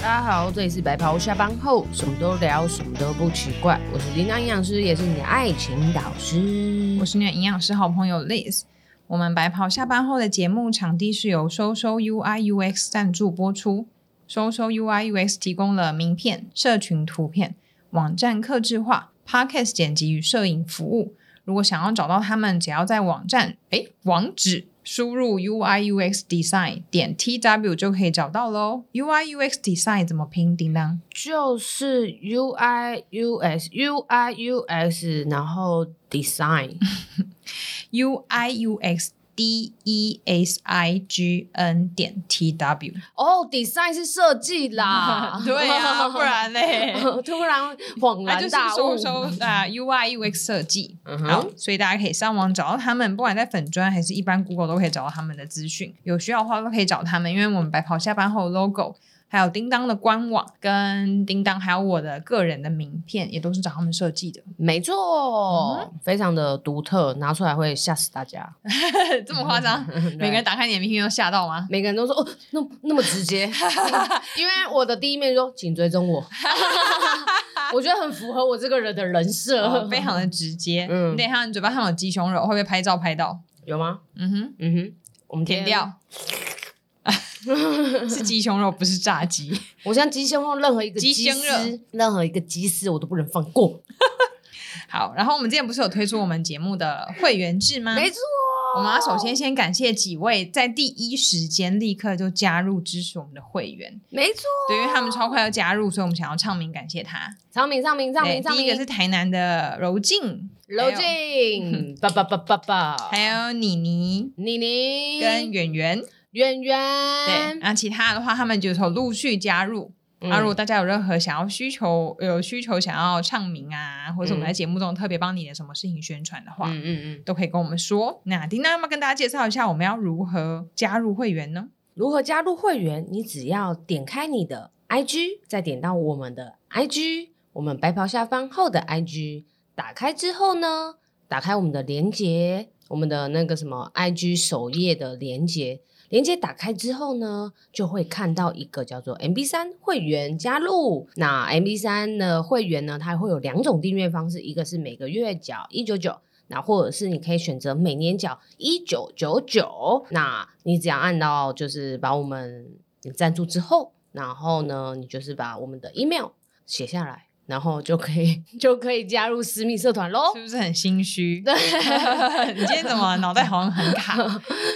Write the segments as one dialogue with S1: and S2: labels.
S1: 大家好，这里是白袍下班后，什么都聊，什么都不奇怪。我是琳娜营养师，也是你的爱情导师。
S2: 我是你的营养师好朋友 Liz。我们白袍下班后的节目场地是由收收 UI UX 赞助播出。收收 UI UX 提供了名片、社群图片、网站客制化、Podcast 剪辑与摄影服务。如果想要找到他们，只要在网站诶网址输入 UI UX Design 点 TW 就可以找到喽。UI UX Design 怎么拼？叮当
S1: 就是 U I U S U I U S，然后 design，
S2: ，UI UX D E S I G N 点 TW。，
S1: 哦、d e s i g n 是设计啦
S2: 对啊，不然嘞，
S1: 突然恍
S2: 它就
S1: 然
S2: 是
S1: 大哦悟
S2: 收。收啊 UI UX 设计。
S1: 嗯
S2: 好
S1: 哼，，
S2: 所以大家可以上网找到他们，不管在粉砖还是一般 Google 都可以找到他们的资讯。有需要的话都可以找他们，因为我们白袍下班后的 logo，还有叮当的官网，跟叮当还有我的个人的名片，也都是找他们设计的。
S1: 没错，非常的独特，拿出来会吓死大家。
S2: 这么夸张？
S1: 嗯
S2: 每个人打开你的名片都吓到吗？
S1: 每个人都说哦，那那么直 接，因为我的第一面就说请追踪我， 我觉得很符合我这个人的人设
S2: 哦，非常的直接。
S1: 嗯
S2: 你等一下，你嘴巴上有鸡胸肉，会不会拍照拍到？
S1: 有吗？
S2: 嗯哼，
S1: 嗯哼，嗯我们
S2: 舔。掉。 是鸡胸肉，不是炸鸡。
S1: 我现在鸡胸肉任何一个
S2: 鸡
S1: 鸡
S2: 胸肉
S1: 丝，任何一个鸡丝我都不能放过。
S2: 好，然后我们之前不是有推出我们节目的会员制吗？
S1: 没错，
S2: 嗯我们要首先先感谢几位在第一时间立刻就加入支持我们的会员，
S1: 没错。
S2: 对，因为他们超快要加入，所以我们想要唱名感谢他。
S1: 上名上名上
S2: 对
S1: 名上
S2: 第一个是
S1: 名，
S2: 台南的柔静，
S1: 柔 静，爸爸爸爸爸，
S2: 还有妮妮
S1: 妮妮
S2: 跟圆圆。
S1: 圆
S2: 对，
S1: 圆，
S2: 那其他的话，他们就是有陆续加入。
S1: 嗯
S2: 啊，如果大家有任何想要需求，有需求想要唱名啊，或者我
S1: 嗯
S2: 们在节目中特别帮你的什么事情宣传的话，
S1: 嗯嗯嗯，
S2: 都可以跟我们说。那叮当要不要跟大家介绍一下，我们要如何加入会员呢？
S1: 如何加入会员？你只要点开你的 IG，再点到我们的 IG，我们白袍下方后的 IG，打开之后呢，打开我们的连接，我们的那个什么 IG 首页的连接，连接打开之后呢，就会看到一个叫做 MB 三会员加入。那 MB 三的会员呢，它会有两种订阅方式，一个是每个月缴一九九，那或者是你可以选择每年缴一九九九，那你只要按到就是把我们你赞助之后，然后呢，你就是把我们的 email 写下来，然后就可以 就可以加入私密社团喽
S2: 是。不是很心虚？ 你今天怎么脑袋好像很卡？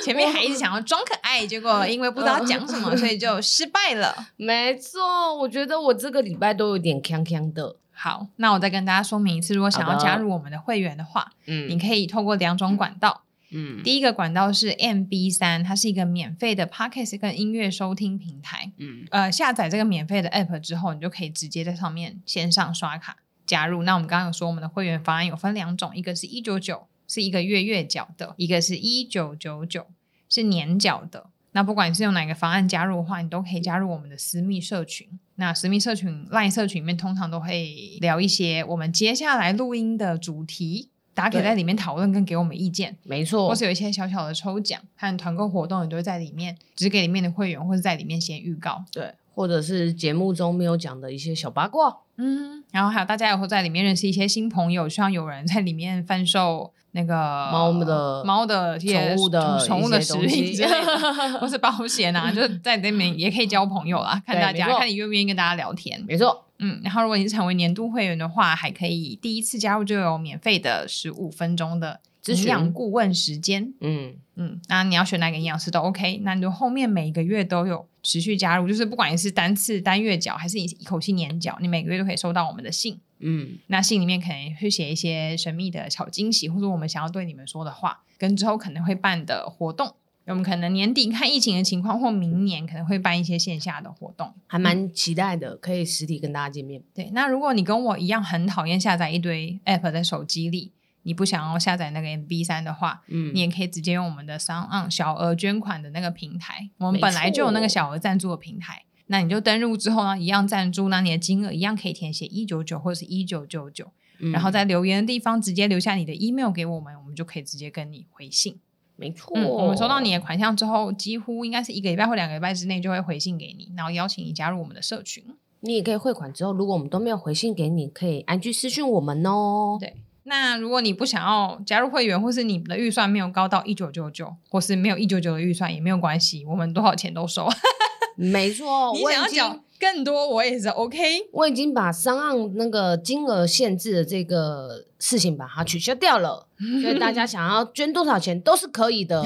S2: 前面还一直想要装可爱，结果因为不知道讲什么，所以就失败了。
S1: 没错，我觉得我这个礼拜都有点锵锵的。
S2: 好，那我再跟大家说明一次，如果想要
S1: 好的
S2: 加入我们的会员的话，你
S1: 嗯
S2: 可以透过两种管道。
S1: 嗯
S2: 第一个管道是 MB 三，它是一个免费的 Podcast 跟音乐收听平台。
S1: 嗯，
S2: 呃，下载这个免费的 App 之后，你就可以直接在上面线上刷卡加入。那我们刚刚有说，我们的会员方案有分两种，一个是一九九，是一个月月缴的；一个是一九九九，是年缴的。那不管你是用哪个方案加入的话，你都可以加入我们的私密社群。那私密社群、赖社群里面通常都会聊一些我们接下来录音的主题，大家可以
S1: 对哦
S2: 在里面讨论跟给我们意见。
S1: 没错
S2: 或。是有一些小小的抽奖和团购活动，你都会在里面，只给里面的会员，或者在里面先预告。
S1: 对，或者是节目中没有讲的一些小八卦。
S2: 嗯，然后还有大家也会在里面认识一些新朋友，希望有人在里面贩售那个
S1: 猫的
S2: 猫的一些
S1: 宠物的
S2: 宠物的
S1: 一
S2: 食
S1: 些东
S2: 品
S1: 西
S2: 之类 的，或是保险啊，就是在里面也可以交朋友啦，看
S1: 对
S2: 大家
S1: 没错
S2: 看你愿不愿意跟大家聊天。
S1: 没错，
S2: 嗯，然后如果你是成为年度会员的话，还可以第一次加入就有免费的十五分钟的
S1: 咨
S2: 营
S1: 询
S2: 养顾问时间。
S1: 嗯，
S2: 嗯，那你要选哪个营养师都 OK，那你就后面每个月都有持续加入，就是不管你是单次单月缴还是你一口气年缴，你每个月都可以收到我们的信。
S1: 嗯，
S2: 那信里面可能会写一些神秘的小惊喜，或者我们想要对你们说的话，跟之后可能会办的活动。我们可能年底看疫情的情况，或明年可能会办一些线下的活动。
S1: 还蛮期待的，可以实体跟大家见面。
S2: 对，那如果你跟我一样很讨厌下载一堆 app 在手机里，你不想要下载那个 MB 三的话，
S1: 嗯
S2: 你也可以直接用我们的 Sound On 小额捐款的那个平台，我
S1: 没错
S2: 们本来就有那个小额赞助的平台。那你就登录之后呢，一样赞助，那你的金额一样可以填写一九九或者是一九九嗯
S1: 嗯
S2: 九，然后在留言的地方直接留下你的 email 给我们，我们就可以直接跟你回信。
S1: 没错、
S2: 嗯，我们收到你的款项之后，几乎应该是一个礼拜或两个礼拜之内就会回信给你，然后邀请你加入我们的社群。
S1: 你也可以汇款之后，如果我们都没有回信给你，可以 IG 私讯我们哦。
S2: 对那如果你不想要加入会员，或是你的预算没有高到一九九九，或是没有一九九的预算也没有关系，我们多少钱都收。
S1: 没错，
S2: 你
S1: 哦我
S2: 想要
S1: 已经
S2: 讲更多，我也 是 OK。
S1: 我已经把商岸那个金额限制的这个事情把它取消掉 了，所以大家想要捐多少钱都是可以的。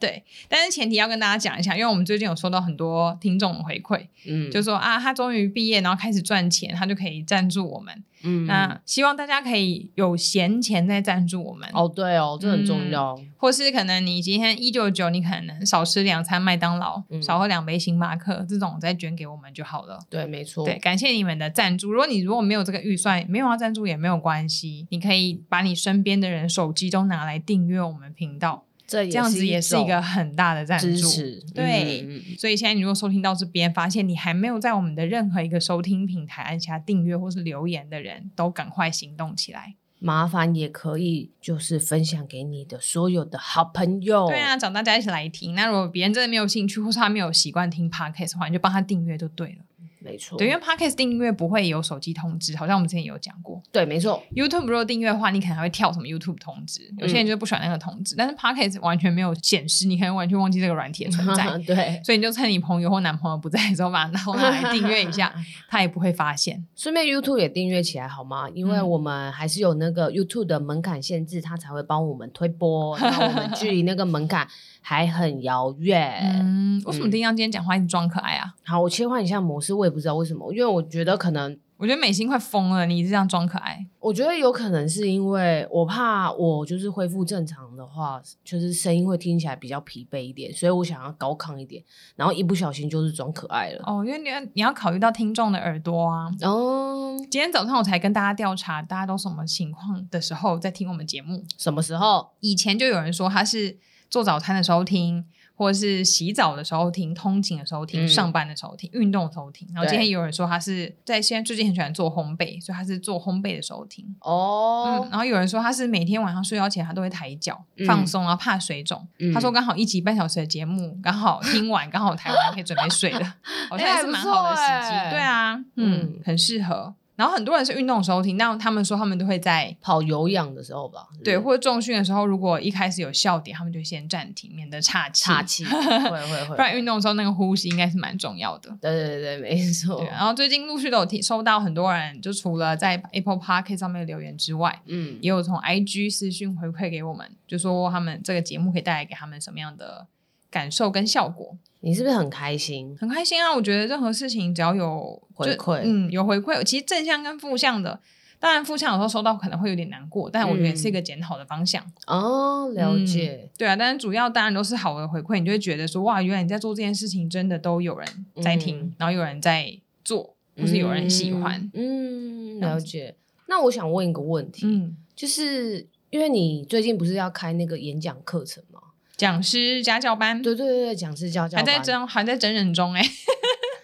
S2: 对，但是前提要跟大家讲一下，因为我们最近有收到很多听众的回馈，
S1: 嗯，
S2: 就说啊，他终于毕业，然后开始赚钱，他就可以赞助我们。
S1: 嗯
S2: 那希望大家可以有闲钱再赞助我们，
S1: 哦对哦，这很
S2: 嗯
S1: 重要。
S2: 或是可能你今天一九九，你可能少吃两餐麦当劳，
S1: 嗯哦
S2: 少喝两杯星巴克，这种再捐给我们就好了。
S1: 对，没错。
S2: 对，感谢你们的赞助。如果你如果没有这个预算，没有要赞助也没有关系，你可以把你身边的人手机都拿来订阅我们频道，
S1: 这
S2: 这样子也是一个
S1: 种
S2: 很大的赞助。
S1: 支持。
S2: 对
S1: 嗯嗯嗯
S2: 所以现在你如果收听到这边，发现你还没有在我们的任何一个收听平台按下订阅或是留言的人，都赶快行动起来。
S1: 麻烦也可以就是分享给你的所有的好朋友。
S2: 对啊，找大家一起来听。那如果别人真的没有兴趣，或是他没有习惯听 podcast 的话，你就帮他订阅就对了。
S1: 没错。
S2: 对，因为 podcast 订阅不会有手机通知，好像我们之前有讲过。
S1: 对，没错。
S2: YouTube 如果订阅的话，你可能还会跳什么 YouTube 通知，有些人就不喜欢那个通知。但是 podcast 完全没有显示，你可能完全忘记这个软体的存在。
S1: 对，
S2: 所以你就趁你朋友或男朋友不在的时候，把它拿来订阅一下，他也不会发现。
S1: 顺便 YouTube 也订阅起来好吗？因为
S2: 嗯
S1: 我们还是有那个 YouTube 的门槛限制，它才会帮我们推播，那我们距离那个 门槛还很遥远。
S2: 嗯，为什么丁香今天讲话一直装可爱啊？
S1: 好，我切换一下模式，我也不知道为什么，因为我觉得可能，
S2: 我觉得美心快疯了，你一直这样装可爱。
S1: 我觉得有可能是因为我怕我就是恢复正常的话，就是声音会听起来比较疲惫一点，所以我想要高亢一点，然后一不小心就是装可爱了。
S2: 哦，因为你要你要考虑到听众的耳朵啊。
S1: 哦，
S2: 今天早上我才跟大家调查，大家都什么情况的时候在听我们节目。
S1: 什么时候？
S2: 以前就有人说他是做早餐的时候听，或者是洗澡的时候听，通勤的时候听，
S1: 嗯
S2: 上班的时候听，运动的时候听。然后今
S1: 对
S2: 天有人说他是在现在最近很喜欢做烘焙，所以他是做烘焙的时候听。
S1: 哦
S2: 嗯，，然后有人说他是每天晚上睡觉前他都会抬脚、
S1: 嗯
S2: 放松，然后怕水肿。
S1: 嗯
S2: 他说刚好一集半小时的节目，刚好听完，刚好台湾可以准备睡 了，好像
S1: 哎
S2: 也是蛮好的时
S1: 还不
S2: 机。
S1: 错哎
S2: 对啊，嗯，
S1: 嗯
S2: 很适合。然后很多人是运动的时候听，那他们说他们都会在
S1: 跑有氧的时候吧？是不是
S2: 对或者重训的时候，如果一开始有笑点，他们就先暂停，免得岔气。
S1: 岔，气，会会
S2: 不
S1: 会。
S2: 然运动的时候那个呼吸应该是蛮重要的。
S1: 对对对，没错
S2: 对，。啊然后最近陆续都有听收到很多人，就除了在 Apple Park 上面留言之外，
S1: 嗯，
S2: 也有从 IG 私讯回馈给我们，就说他们这个节目可以带来给他们什么样的感受跟效果，
S1: 你是不是很开心？
S2: 很开心啊！我觉得任何事情只要有
S1: 回馈
S2: 就嗯，有回馈，其实正向跟负向的，当然负向有时候收到可能会有点难过，但我觉得
S1: 嗯
S2: 是一个检讨的方向。
S1: 哦，了解，
S2: 对啊，但是主要当然都是好的回馈，你就会觉得说哇，原来你在做这件事情真的都有人在听，
S1: 嗯
S2: 然后有人在做，或是有人喜欢，
S1: 嗯。嗯，
S2: 这样
S1: 了
S2: 子
S1: 解。那我想问一个问题，
S2: 嗯。
S1: 就是因为你最近不是要开那个演讲课程吗？
S2: 讲师家教班，
S1: 对对对对，讲师教教
S2: 还在
S1: 班
S2: 真还在真人 中哎、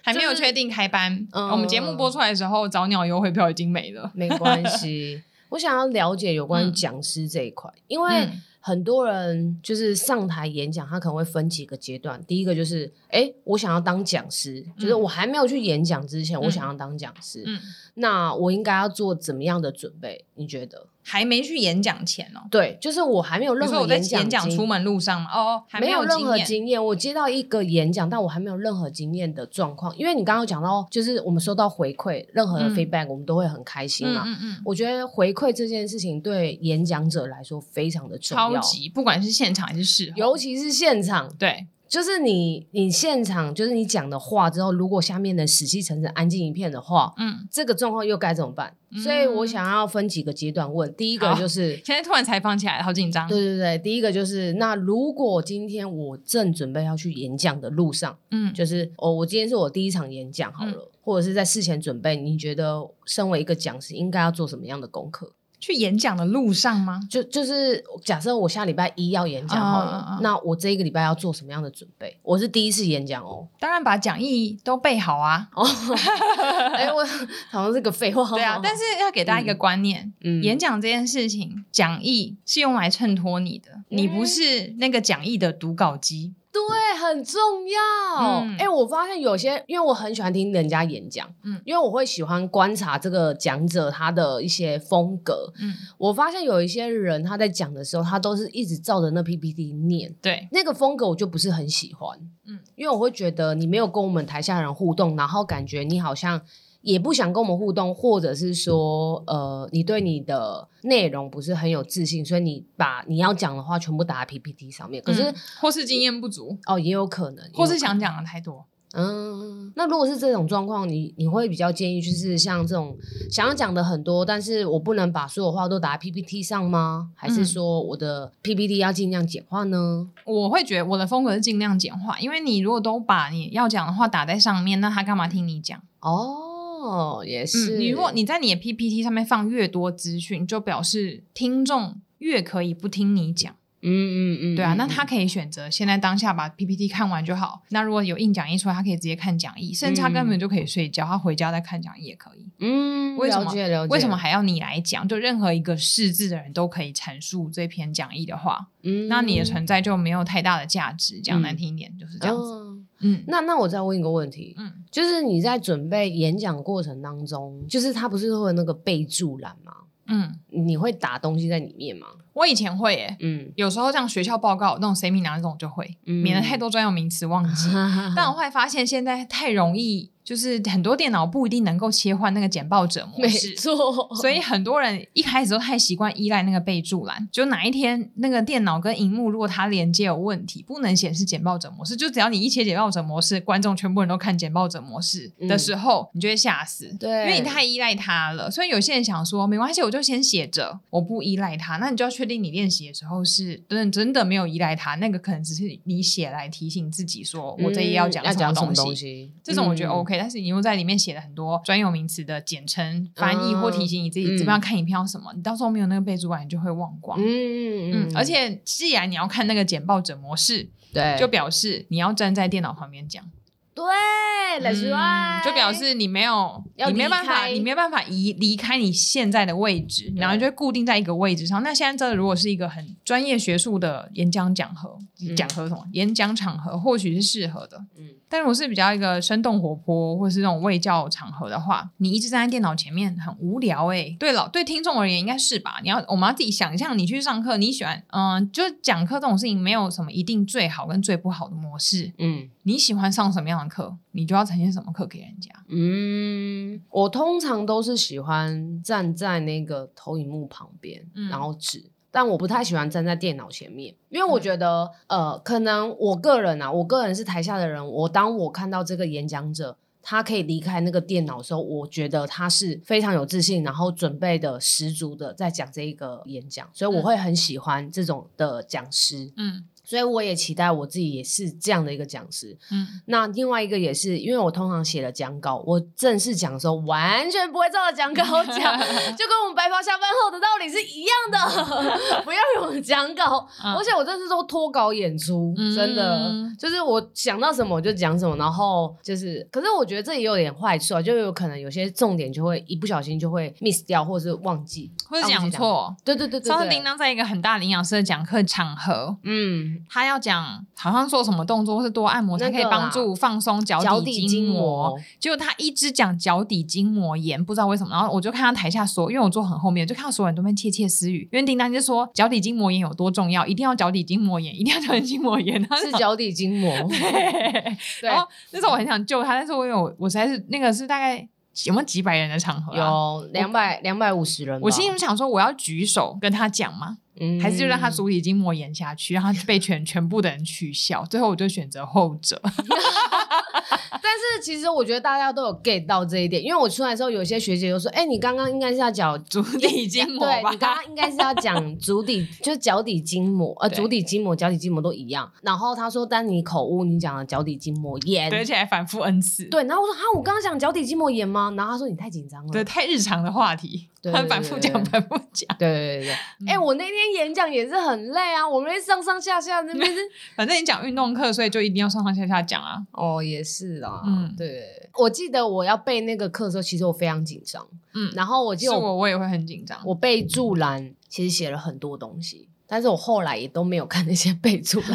S2: 还没有确定开班。
S1: 嗯
S2: 我们节目播出来的时候，早鸟优惠票已经没了。
S1: 没关系。我想要了解有关于
S2: 嗯
S1: 讲师这一块，因为
S2: 嗯
S1: 很多人就是上台演讲，他可能会分几个阶段。第一个就是，哎、我想要当讲师，就是
S2: 嗯
S1: 我还没有去演讲之前，我
S2: 嗯
S1: 想要当讲师。
S2: 嗯，
S1: 那我应该要做怎么样的准备？你觉得？
S2: 还没去演讲前哦。
S1: 对，就是我还没有
S2: 你
S1: 任
S2: 说
S1: 何
S2: 我在
S1: 讲
S2: 演讲
S1: 经
S2: 出门路上嘛，哦，还
S1: 没
S2: 有
S1: 任何
S2: 验。
S1: 经验，我接到一个演讲，但我还没有任何经验的状况。因为你刚刚讲到，就是我们收到回馈，任何的
S2: 嗯
S1: feedback，、我们都会很开心
S2: 嗯
S1: 嘛。
S2: 嗯嗯，
S1: 我觉得回馈这件事情对演讲者来说非常的重
S2: 超
S1: 要，
S2: 级，不管是现场还是事后，
S1: 尤其是现场，
S2: 对，
S1: 就是你你现场就是你讲的话之后，如果下面的死气沉沉、安静一片的话，
S2: 嗯。
S1: 这个状况又该怎么办？
S2: 嗯
S1: 所以我想要分几个阶段问，第一个
S2: 好
S1: 就是。
S2: 现在突然采访起来，好紧张。
S1: 对对对，第一个就是，那如果今天我正准备要去演讲的路上，
S2: 嗯，
S1: 就是哦，我今天是我第一场演讲好了，或者是在事前准备，你觉得身为一个讲师应该要做什么样的功课？
S2: 去演讲的路上吗？
S1: 就就是假设我下礼拜一要演讲好了，
S2: 嗯嗯嗯
S1: 那我这一个礼拜要做什么样的准备？我是第一次演讲 哦，
S2: 当然把讲义都备好啊。
S1: 哦，哎、我好像是个废话。哦
S2: 对啊，但是要给大家一个观念，
S1: 嗯
S2: 演讲这件事情，讲义是用来衬托你的，你
S1: 嗯
S2: 不是那个讲义的读稿机。
S1: 对很重要。哎、
S2: 嗯
S1: 我发现有些，因为我很喜欢听人家演讲，
S2: 嗯
S1: 因为我会喜欢观察这个讲者他的一些风格。
S2: 嗯，
S1: 我发现有一些人他在讲的时候，他都是一直照着那 PPT 念，
S2: 对，
S1: 那个风格我就不是很喜欢。
S2: 嗯
S1: 嗯，因为我会觉得你没有跟我们台下人互动，然后感觉你好像也不想跟我们互动，或者是说，呃，你对你的内容不是很有自信，所以你把你要讲的话全部打在 PPT 上面。可是、
S2: 嗯或是经验不足，
S1: 哦，也有可能，
S2: 或
S1: 也有
S2: 是
S1: 可能
S2: 想讲的太多。
S1: 嗯，那如果是这种状况，你你会比较建议就是像这种想要讲的很多，但是我不能把所有话都打在 PPT 上吗？还是
S2: 嗯
S1: 说我的 PPT 要尽量简化呢？
S2: 我会觉得我的风格是尽量简化，因为你如果都把你要讲的话打在上面，那他干嘛听你讲？
S1: 哦，也是。
S2: 嗯，你如果你在你的 PPT 上面放越多资讯，就表示听众越可以不听你讲。
S1: 嗯嗯嗯，
S2: 对啊，
S1: 嗯
S2: 那他可以选择现在当下把 PPT 看完就好。那如果有印讲义出来，他可以直接看讲义，甚至他根本就可以睡觉，他回家再看讲义也可以。
S1: 嗯，
S2: 为什么
S1: 了解了解，
S2: 为什么？还要你来讲？就任何一个识字的人都可以阐述这篇讲义的话，
S1: 嗯
S2: 那你的存在就没有太大的价值。讲难听一点，就是这样子。
S1: 哦
S2: 嗯
S1: 那那我再问一个问题，
S2: 嗯，
S1: 就是你在准备演讲过程当中，就是他不是会有那个备注栏吗？
S2: 嗯，
S1: 你会打东西在里面吗？
S2: 我以前会诶、
S1: 嗯，
S2: 有时候像学校报告那种 seminar 那种就会，
S1: 嗯啊
S2: 免得太多专有名词忘记。 但我后来发现，现在太容易，就是很多电脑不一定能够切换那个简报者模
S1: 没
S2: 式，
S1: 错，
S2: 所以很多人一开始都太习惯依赖那个备注栏，就哪一天那个电脑跟荧幕如果它连接有问题，不能显示简报者模式，就只要你一切简报者模式，观众全部人都看简报者模式的时候，你就会吓死。
S1: 嗯对
S2: 因为你太依赖它了，所以有些人想说没关系，我就先写着，我不依赖它。那你就要确定你练习的时候是真的真的没有依赖它，那个可能只是你写来提醒自己说，我这一页嗯要
S1: 嗯
S2: 讲
S1: 要
S2: 什么
S1: 讲什么
S2: 东西
S1: 东。西，
S2: 这种我觉得
S1: 嗯
S2: OK，、但是你又在里面写了很多专有名词的简称、翻译
S1: 啊
S2: 或提醒你自己
S1: 嗯
S2: 怎么样看影片要什么，你到时候没有那个备注栏，你就会忘光。
S1: 嗯
S2: 嗯
S1: 嗯嗯，
S2: 而且既然你要看那个简报者模式，
S1: 对，
S2: 就表示你要站在电脑旁边讲，
S1: 对
S2: 嗯
S1: ，That's right，
S2: 就表示你没有，
S1: 要
S2: 你没有办
S1: 离
S2: 法，
S1: 开
S2: 你没有办法移离开你现在的位置，然后就会固定在一个位置上。那现在这如果是一个很专业学术的演讲讲合，
S1: 嗯
S2: 讲合什么？演讲场合或许是适合的，
S1: 嗯
S2: 但如果是比较一个生动活泼，或是那种卫教场合的话，你一直站在电脑前面很无聊哎、对老对听众而言应该是吧？你要我们要自己想象，你去上课，你喜欢嗯、就是讲课这种事情没有什么一定最好跟最不好的模式，
S1: 嗯
S2: 你喜欢上什么样的课，你就要呈现什么课给人家。
S1: 嗯，我通常都是喜欢站在那个投影幕旁边，
S2: 嗯
S1: 然后指。但我不太喜欢站在电脑前面，因
S2: 嗯
S1: 为我觉得，呃，可能我个人啊，我个人是台下的人，我当我看到这个演讲者他可以离开那个电脑的时候，我觉得他是非常有自信，然后准备的十足的在讲这一个演讲，所以我
S2: 嗯
S1: 会很喜欢这种的讲师。
S2: 嗯
S1: 所以我也期待我自己也是这样的一个讲师。
S2: 嗯，
S1: 那另外一个也是，因为我通常写了讲稿，我正式讲的时候完全不会照着讲稿 讲，就跟我们白袍下班后的道理是一样的， 不要有讲稿。
S2: 嗯
S1: 而且我这次都脱稿演出，
S2: 嗯
S1: 真的就是我想到什么我就讲什么，然后就是，可是我觉得这也有点坏处啊，就有可能有些重点就会一不小心就会 miss 掉，或是忘记，
S2: 或者
S1: 忘记
S2: 讲。错。
S1: 对对对对
S2: 上次
S1: 对，
S2: 叮当在一个很大的营养师的讲课场合，
S1: 嗯，
S2: 他要讲好像做什么动作或是多按摩才可以
S1: 那个啦
S2: 帮助放松脚
S1: 脚
S2: 底
S1: 底
S2: 筋
S1: 筋
S2: 膜
S1: 膜，
S2: 结果他一直讲脚底筋膜炎，不知道为什么。然后我就看他台下所有，因为我坐很后面，就看到所有人都在窃窃私语。因为叮当就说脚底筋膜炎有多重要，一定要脚底筋膜炎，一定要脚底筋膜炎。他
S1: 是。脚底筋膜。 对
S2: 然后哦那时候我很想救他，但是我有我实在是那个是大概有没有几百人的场合、啊？有。
S1: 有两百两百五十人吧，
S2: 我心里想说，我要举手跟他讲吗？
S1: 嗯
S2: 还是就让 他足底筋膜炎下去，让他被全全部的人取笑？最后我就选择后者。
S1: 但是其实我觉得大家都有 get 到这一点，因为我出来的时候，有些学姐就说：“哎、你刚刚应该是要讲
S2: 足底筋 膜
S1: 对
S2: 吧
S1: 你，刚刚应该是要讲足 底，就是脚底筋膜，呃，
S2: 对
S1: 足底筋膜、脚底筋膜都一样。”然后他说：“但你口误，你讲了脚底筋膜炎。”
S2: 对而且还反复 n 次，
S1: 对，然后我说：“哈，我刚刚讲脚底筋膜炎吗？”然后他说：“你太紧张了。”
S2: 对，太日常的话
S1: 嗯
S2: 题。
S1: 对
S2: 很 反复讲，反复讲，
S1: 对对对对。哎、
S2: 嗯
S1: 我那天演讲也是很累啊，我们上上下下那边是，
S2: 反正你讲运动课，所以就一定要上上下下讲啊。
S1: 哦，也是啊，
S2: 嗯
S1: 对。我记得我要背那个课的时候，其实我非常紧张，
S2: 嗯，
S1: 然后我记
S2: 是
S1: 得我
S2: 我我也会很紧张。
S1: 我备注栏其实写了很多东西，但是我后来也都没有看那些备注 栏，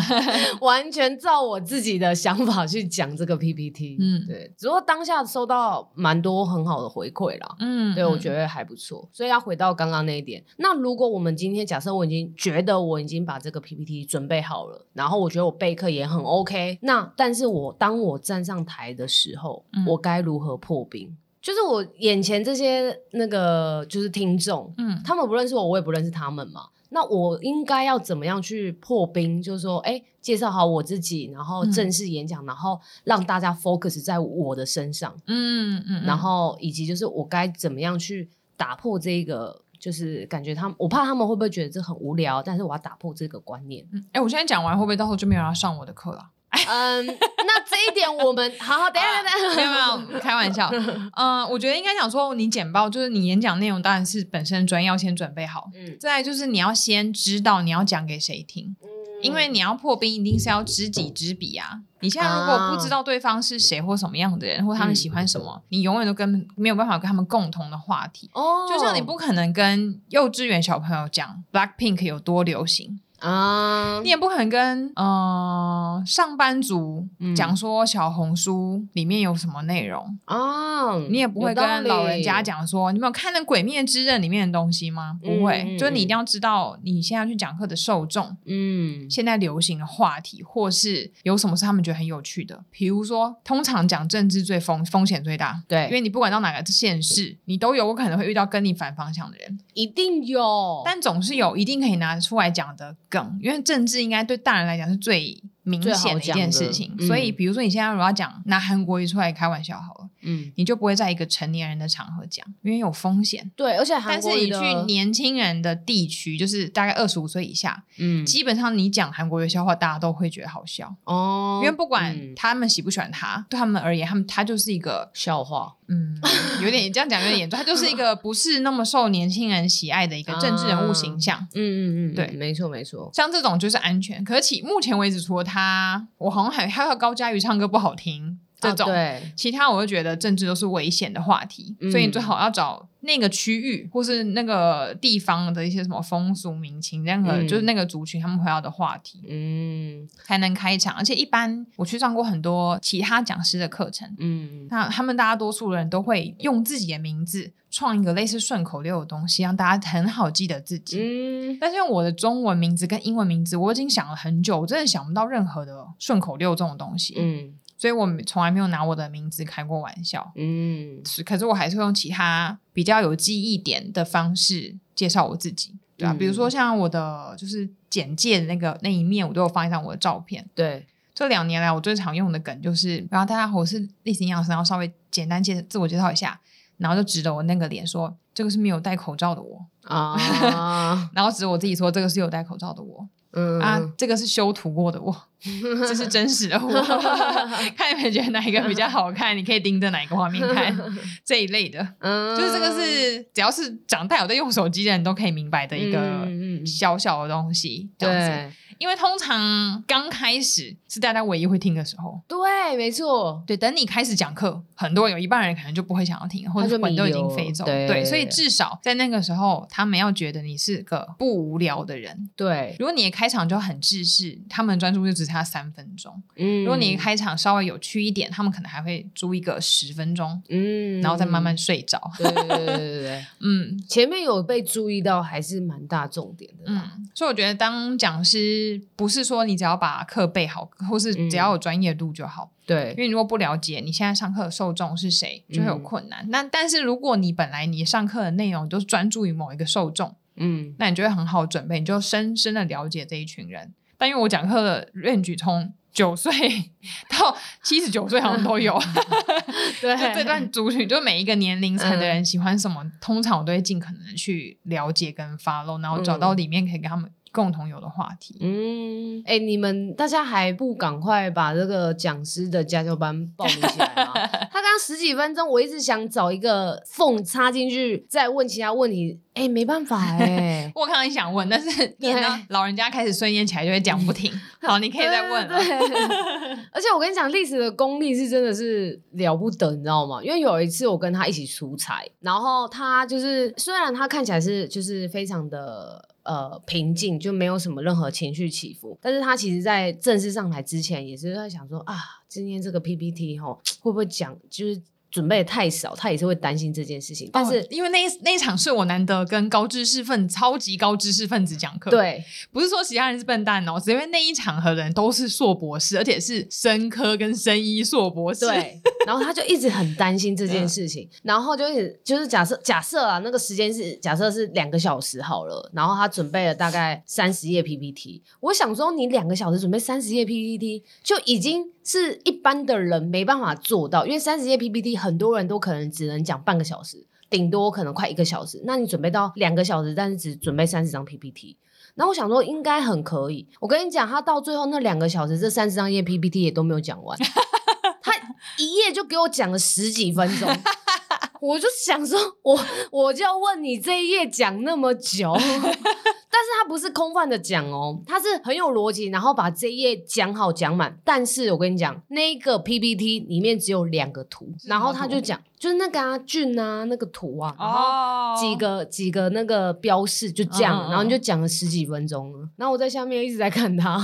S1: 完全照我自己的想法去讲这个 PPT。
S2: 嗯
S1: 对，只不过当下收到蛮多很好的回馈啦。
S2: 嗯，
S1: 对，我
S2: 嗯
S1: 觉得还不错。所以要回到刚刚那一点，那如果我们今天假设我已经觉得我已经把这个 PPT 准备好了，然后我觉得我备课也很 OK，那但是我当我站上台的时候，
S2: 嗯
S1: 我该如何破冰？就是我眼前这些那个就是听众，
S2: 嗯，
S1: 他们不认识我，我也不认识他们嘛。那我应该要怎么样去破冰？就是说，哎、介绍好我自己，然后
S2: 嗯
S1: 正式演讲，然后让大家 focus 在我的身上。
S2: 嗯嗯嗯，。
S1: 然后以及就是我该怎么样去打破这一个，就是感觉他们，我怕他们会不会觉得这很无聊，但是我要打破这个观念
S2: 嗯，哎、我现在讲完会不会到时候就没有人要上我的课了？
S1: 嗯，那这一点我 们好好，等一下，等一下，
S2: 没有没有，开玩笑。嗯、我觉得应该讲说，你简报就是你演讲内容，当然是本身专业要先准备好。
S1: 嗯，
S2: 再来就是你要先知道你要讲给谁听，嗯因
S1: 嗯
S2: 为你要破冰，一定是要知己知彼啊。你现在如果
S1: 啊
S2: 不知道对方是谁或什么样的人，或
S1: 嗯
S2: 他们喜欢什么，你永远都跟没有办法跟他们共同的话题。
S1: 哦，
S2: 就像你不可能跟幼稚园小朋友讲 Blackpink 有多流行，
S1: 嗯啊，
S2: 你也不可能跟呃上班族
S1: 嗯
S2: 讲说小红书里面有什么内容，
S1: 啊，
S2: 你也不会
S1: 有道
S2: 跟老人家
S1: 理，
S2: 讲说你没有看那《鬼灭之刃》里面的东西吗？
S1: 嗯
S2: 不会，
S1: 嗯
S2: 就是你一定要知道你现在去讲课的受众。
S1: 嗯，
S2: 现在流行的话题，或是有什么是他们觉得很有趣的，比如说，通常讲政治最风风险最大，
S1: 对，
S2: 因为你不管到哪个县市，你都有可能会遇到跟你反方向的人。
S1: 一定有，
S2: 但总是有一定可以拿出来讲的梗，因为政治应该对大人来讲是最明显的一件事情
S1: 最好讲。的嗯
S2: 所以，比如说你现在如果要讲拿韩国瑜出来开玩笑好了，
S1: 嗯，
S2: 你就不会在一个成年人的场合讲，因为有风险。
S1: 对，而且韩
S2: 但是
S1: 国
S2: 你
S1: 语的
S2: 去年轻人的地区，就是大概二十五岁以下，
S1: 嗯
S2: 基本上你讲韩国瑜的笑话，大家都会觉得好笑，
S1: 哦，
S2: 因为不管
S1: 嗯
S2: 他们喜不喜欢他，对他们而言，他们他就是一个
S1: 笑话，
S2: 嗯，有点这样讲有点严重，他就是一个
S1: 嗯
S2: 不是那么受年轻人喜爱的一个政治人物形象。
S1: 嗯嗯嗯，
S2: 对
S1: 没错没错，
S2: 像这种就是安全。可是起目前为止，除了他，我好像还还有高佳瑜唱歌不好听这种，
S1: 啊对，
S2: 其他我就觉得政治都是危险的话题，
S1: 嗯
S2: 所以你最好要找那个区域或是那个地方的一些什么风俗民情，任何、
S1: 嗯
S2: 就是那个族群他们会要的话题，
S1: 嗯
S2: 才能开场。而且一般我去上过很多其他讲师的课程。
S1: 嗯
S2: 那他们大多数人都会用自己的名字创一个类似顺口溜的东西，让大家很好记得自己。
S1: 嗯，
S2: 但是因为我的中文名字跟英文名字，我已经想了很久，我真的想不到任何的顺口溜这种东西，
S1: 嗯
S2: 所以我从来没有拿我的名字开过玩笑。
S1: 嗯，
S2: 是可是我还是会用其他比较有记忆点的方式介绍我自己，对啊，
S1: 嗯
S2: 比如说像我的就是简介的那个那一面，我都有放一张我的照片。
S1: 对，
S2: 这两年来，我最常用的梗就是，然后大家好，我是立行营养师，然后稍微简单介自我介绍一下，然后就指着我那个脸说，这个是没有戴口罩的我，
S1: 啊，
S2: 然后指着我自己说，这个是有戴口罩的我，
S1: 嗯
S2: 啊，，这个是修图过的我，这是真实的我， 看你们觉得哪一个比较好看，你可以盯着哪一个画面看 这一类的，
S1: 嗯
S2: 就是这个是只要是长大有在用手机的人都可以明白的一个
S1: 嗯嗯嗯
S2: 小小的东西，这样子。
S1: 对
S2: 因为通常刚开始是大家唯一会听的时候。
S1: 对，没错，
S2: 对，等你开始讲课，很多人有一半人可能就不会想要听，或
S1: 他
S2: 者
S1: 就
S2: 魂
S1: 迷
S2: 都已经
S1: 流
S2: 飞走。
S1: 对
S2: 对，所以至少在那个时候，他们要觉得你是个不无聊的人，
S1: 对，
S2: 如果你的开场就很制式，他们的专注就只差三分钟；
S1: 嗯
S2: 如果你的，开场稍微有趣一点，他们可能还会租一个十分钟，
S1: 嗯
S2: 然后再慢慢，睡着。
S1: 对对对对对对，
S2: 嗯
S1: 前面有被注意到还是蛮大重点的啦，
S2: 嗯，所以我觉得当讲师不是说你只要把课备好，或是
S1: 嗯
S2: 只要有专业度就好，因
S1: 对，
S2: 为你如果不了解你现在上课的受众是谁，就会
S1: 嗯
S2: 有困难。那但是如果你本来你上课的内容都是专注于某一个受众，
S1: 嗯
S2: 那你就会很好准备，你就深深的了解这一群人。但因为我讲课的 range 从九岁 到七十九岁好像都有，
S1: 嗯 对，嗯
S2: 就这段族群，就每一个年龄层的人喜欢什么，通常我都会尽可能地去了解跟 follow，然后找到里面可以跟他们共同有的话题。
S1: 嗯，哎、你嗯 们大家还不赶快把这个讲师的家教班报名起来吗？他刚刚十几分钟，我一直想找一个缝插进去，再问其他问题。哎、没办法哎、
S2: 我刚刚想问，但是 你知道
S1: 对嗯
S2: 老人家开始顺咽起来就会讲不停。好，你可以再问了
S1: 对。对 对而且我跟你讲，历史的功力是真的是了不得，你知道吗？因为有一次我跟他一起出差，然后他就是虽然他看起来是就是非常的。呃，平静就没有什么任何情绪起伏，但是他其实，在正式上台之前，也是在想说啊，今天这个 PPT 吼会不会讲，就是准备得太少，他也是会担心这件事情。但是，
S2: 哦因为那一那一场是我难得跟高知识分超级高知识分子讲课，，
S1: 对，
S2: 不是说其他人是笨蛋哦，只因为那一场合的人都是硕博士，而且是生科跟生医硕博士，
S1: 对，然后他就一直很担心这件事情，然后就一直就是假设假设啊，那个时间是假设是两个小时好了，然后他准备了大概三十页 PPT。我想说，你两个小时准备三十页 PPT，就已经是一般的人没办法做到，因为三十页 PPT 很多人都可能只能讲半个小时，顶多可能快一个小时。那你准备到两个小时，但是只准备三十张 PPT。然后我想说应该很可以，我跟你讲，他到最后那两个小时，这三十张页 PPT 也都没有讲完，他一页就给我讲了十几分 钟，我就想说，我我就要问你这一页讲那么 久，但是他不是空泛的讲哦，他是很有逻辑，然后把这一页讲好讲满。但是我跟你讲，那个 PPT 里面只有两个图，
S2: 什么
S1: 然后他
S2: 图
S1: 就讲就是那个啊俊啊那个图啊，然后
S2: 哦，
S1: 几个几个那个标示就这样，
S2: 嗯嗯嗯
S1: 然后你就讲了十几分钟了。然后我在下面一直在看他，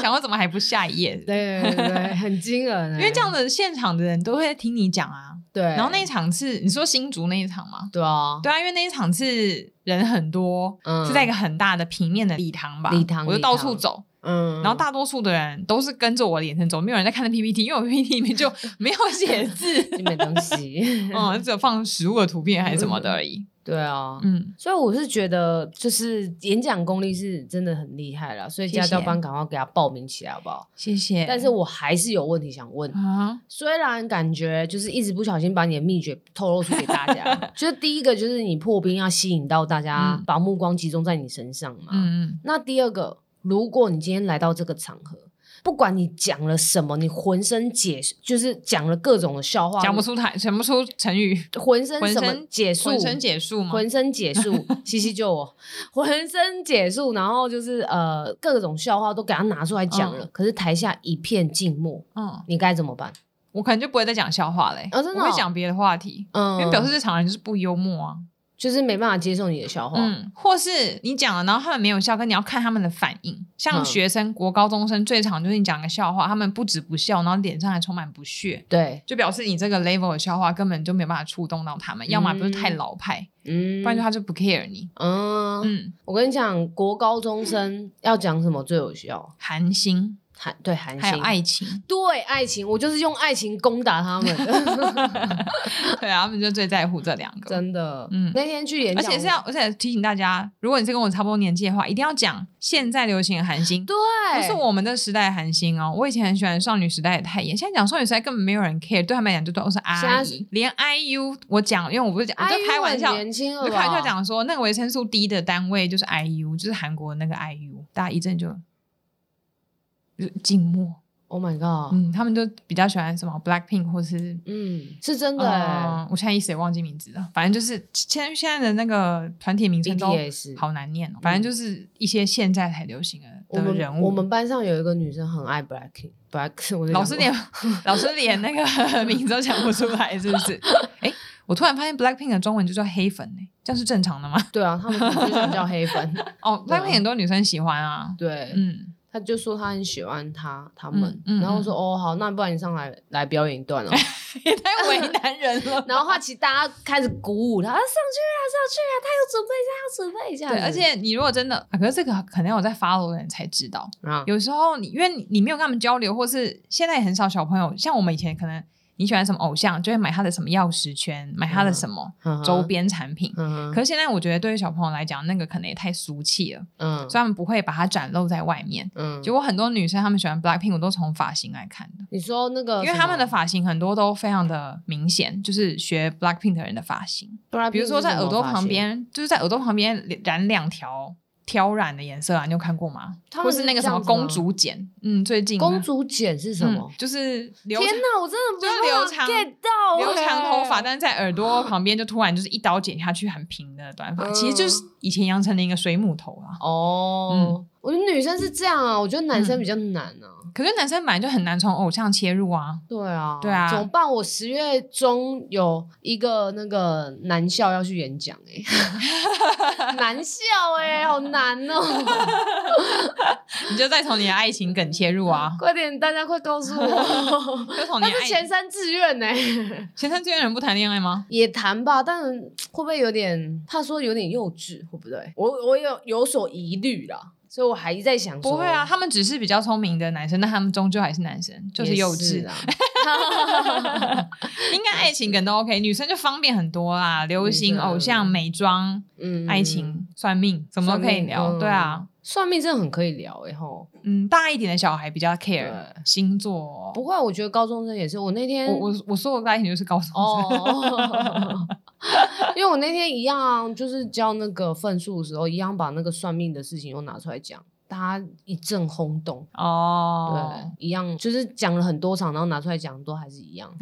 S2: 想问怎么还不下一页？
S1: 哦对对对，很惊人欸、
S2: 因为这样的现场的人都会听你讲啊。
S1: 对。
S2: 然后那一场是你说新竹那一场吗？
S1: 对啊，
S2: 对啊，因为那一场是人很多，
S1: 嗯
S2: 是在一个很大的平面的礼堂吧？
S1: 礼堂
S2: 我就
S1: 礼堂
S2: 到处走，
S1: 嗯
S2: 然后大多数的人都是跟着我的眼神走，没有人在看那 PPT，因为我 PPT 里面就没有写 字，
S1: 就没东西。
S2: 嗯，只有放食物的图片还是什么的而已。
S1: 对啊，
S2: 嗯，
S1: 所以我是觉得，就是演讲功力是真的很厉害了，所以
S2: 谢谢
S1: 家教班赶快给他报名起来，好不好？
S2: 谢谢。
S1: 但是我还是有问题想问，
S2: 啊，
S1: 虽然感觉就是一直不小心把你的秘诀透露出给大 家，就是第一个就是你破冰要吸引到大家
S2: 嗯，
S1: 把目光集中在你身上嘛。
S2: 嗯
S1: 那第二个，如果你今天来到这个场合，不管你讲了什么，你浑身解就是讲了各种的笑话，
S2: 嗯，讲不出台，讲不出 成语，
S1: 浑身
S2: 浑
S1: 什么
S2: 身
S1: 解数，
S2: 浑身解数吗？
S1: 浑身解数，西西救我，浑身解数，然后就是呃各种笑话都给他拿出来讲了，可是台下一片静默，
S2: 嗯，
S1: 你该怎么办？
S2: 我可能就不会再讲笑话嘞，
S1: 哦真的哦
S2: 我会讲别的话题，
S1: 嗯，
S2: 因为表示这场人就是不幽默啊。
S1: 就是没办法接受你的笑话，
S2: 嗯，或是你讲了，然后他们没有笑，跟你要看他们的反应。像
S1: 嗯
S2: 学生、国高中生最常就是你讲个笑话，他们不止不笑，然后脸上还充满不屑，
S1: 对，
S2: 就表示你这个 level 的笑话根本就没办法触动到他们，要么不是太老派，
S1: 嗯，
S2: 不然就他就不 care 你。
S1: 嗯，
S2: 嗯，
S1: 我跟你讲，国高中生要讲什么最有效？
S2: 寒心
S1: 韩对韩
S2: 还有
S1: 信。，
S2: 爱情
S1: 对爱情，我就是用爱情攻打他 们，
S2: 对啊，他们就最在乎这两个。
S1: 真的。
S2: 嗯
S1: 那天去演
S2: 而
S1: 讲，
S2: 且是要，而且提醒大家，如果你是跟我差不多年纪的话，一定要讲现在流行的韩星，
S1: 对，
S2: 不是我们的时代的韩星哦，我以前很喜欢少女时代的泰妍，现在讲少女时代根本没有人 care，对他们来讲就都是
S1: 现在
S2: 阿
S1: 是
S2: 姨。连 IU 我讲，因为我不是讲，我
S1: 哎呦，
S2: 就开玩笑
S1: 很，年轻了
S2: 我
S1: 吧，
S2: 就开玩笑讲说，那个维生素 D 的单位就是 IU，就是韩国那个 IU，大家一阵就就静默。
S1: ，Oh my god，
S2: 嗯，他们就比较喜欢什么 Blackpink 或是。
S1: 嗯，是真的、欸
S2: 嗯，我现在一时也忘记名字了，反正就是现在现在的那个团体名称都
S1: ，BTS。
S2: 好难念哦，反正就是一些现在才流行的
S1: 我
S2: 的人
S1: 们
S2: 物。
S1: 我们班上有一个女生很爱 Black，Black，我在
S2: 老
S1: 讲什
S2: 师
S1: 么
S2: 连老师连那个 名字都讲不出来，是不是？哎、我突然发现 Blackpink 的中文就叫黑粉呢、这样是正常的吗？
S1: 对啊，他们就想叫黑粉，
S2: 哦
S1: 对啊
S2: ，Blackpink 很多女生喜欢啊。
S1: 对，
S2: 嗯，
S1: 他就说他很喜欢他他们，
S2: 嗯嗯
S1: 然后我说哦好，那不然你上来来表演一 段哦，
S2: 也太为难人 了。
S1: 然后他其实大家开始鼓舞他，啊上去啊上去啊，他要准备一下，他要准备一下，
S2: 对，而且你如果真的，啊可是这个可能有在 follow 的人才知道。
S1: 啊，
S2: 有时候你因为你你没有跟他们交流，或是现在也很少小朋友，像我们以前可能你喜欢什么偶像，就会买他的什么钥匙圈，买他的什么
S1: 嗯
S2: 周，边产品。
S1: 嗯哼
S2: 可是现在我觉得对于小朋友来讲，那个可能也太俗气了，
S1: 嗯
S2: 所以他们不会把它展露在外面。
S1: 嗯，
S2: 结果很多女生她们喜欢 Blackpink，我都从发型来看的，
S1: 你说那个什么，
S2: 因为她们的发型很多都非常的明显，就是学 Blackpink 的人的发型，
S1: Blackpink
S2: 比如说在
S1: 是什么
S2: 耳朵
S1: 发
S2: 旁
S1: 型，
S2: 边，就是在耳朵旁边染两条挑染的颜色啊，你有看过吗？
S1: 他
S2: 或
S1: 们
S2: 是
S1: 是
S2: 那个
S1: 这
S2: 什么
S1: 样子吗
S2: 公主剪，嗯，最近啊
S1: 公主剪是什么
S2: 嗯？就是留
S1: 天哪，我真的
S2: 就是
S1: 没办
S2: 留
S1: 法
S2: 长
S1: get 到
S2: 留长头发，
S1: 欸
S2: 但是在耳朵旁边就突然就是一刀剪下去，很平的短发，
S1: 嗯
S2: 其实就是以前杨丞琳一个水母头啊。
S1: 哦，我觉得女生是这样啊，我觉得男生
S2: 嗯
S1: 比较难啊。
S2: 可是男生本来就很难从偶像切入啊，
S1: 对啊，
S2: 对啊
S1: 怎么办？我十月中有一个那个男校要去演讲哎、欸， 男校哎、好难哦、，
S2: 你就再从你的爱情梗切入啊
S1: 快点，大家快告诉我，
S2: 就从你
S1: 那
S2: 的爱
S1: 是前三志愿呢、欸，
S2: 前三志愿人不谈恋爱吗？
S1: 也谈吧，但会不会有点怕说有点幼稚，会不会？我我有有所疑虑啦，所以我还在想说，
S2: 不会啊，他们只是比较聪明的男生，但他们终究还是男生，就是
S1: 也
S2: 幼稚。
S1: 啊。
S2: 应该爱情梗都 OK，女生就方便很多啦，流行、
S1: 女生
S2: 偶像、美妆、
S1: 嗯
S2: 爱情、算命，什么
S1: 算
S2: 都
S1: 命
S2: 可以聊。
S1: 嗯
S2: 对啊，
S1: 算命真的很可以聊哎、欸、吼。
S2: 嗯，大一点的小孩比较 care
S1: 对
S2: 星座。哦
S1: 不会，我觉得高中生也是。我那天
S2: 我我我说我大一点就是高中生，
S1: 哦， 因为我那天一样啊、就是交那个份数的时候，一样把那个算命的事情又拿出来讲，大家一阵轰动。
S2: 哦，
S1: 对，一样就是讲了很多场，然后拿出来讲都还是一样。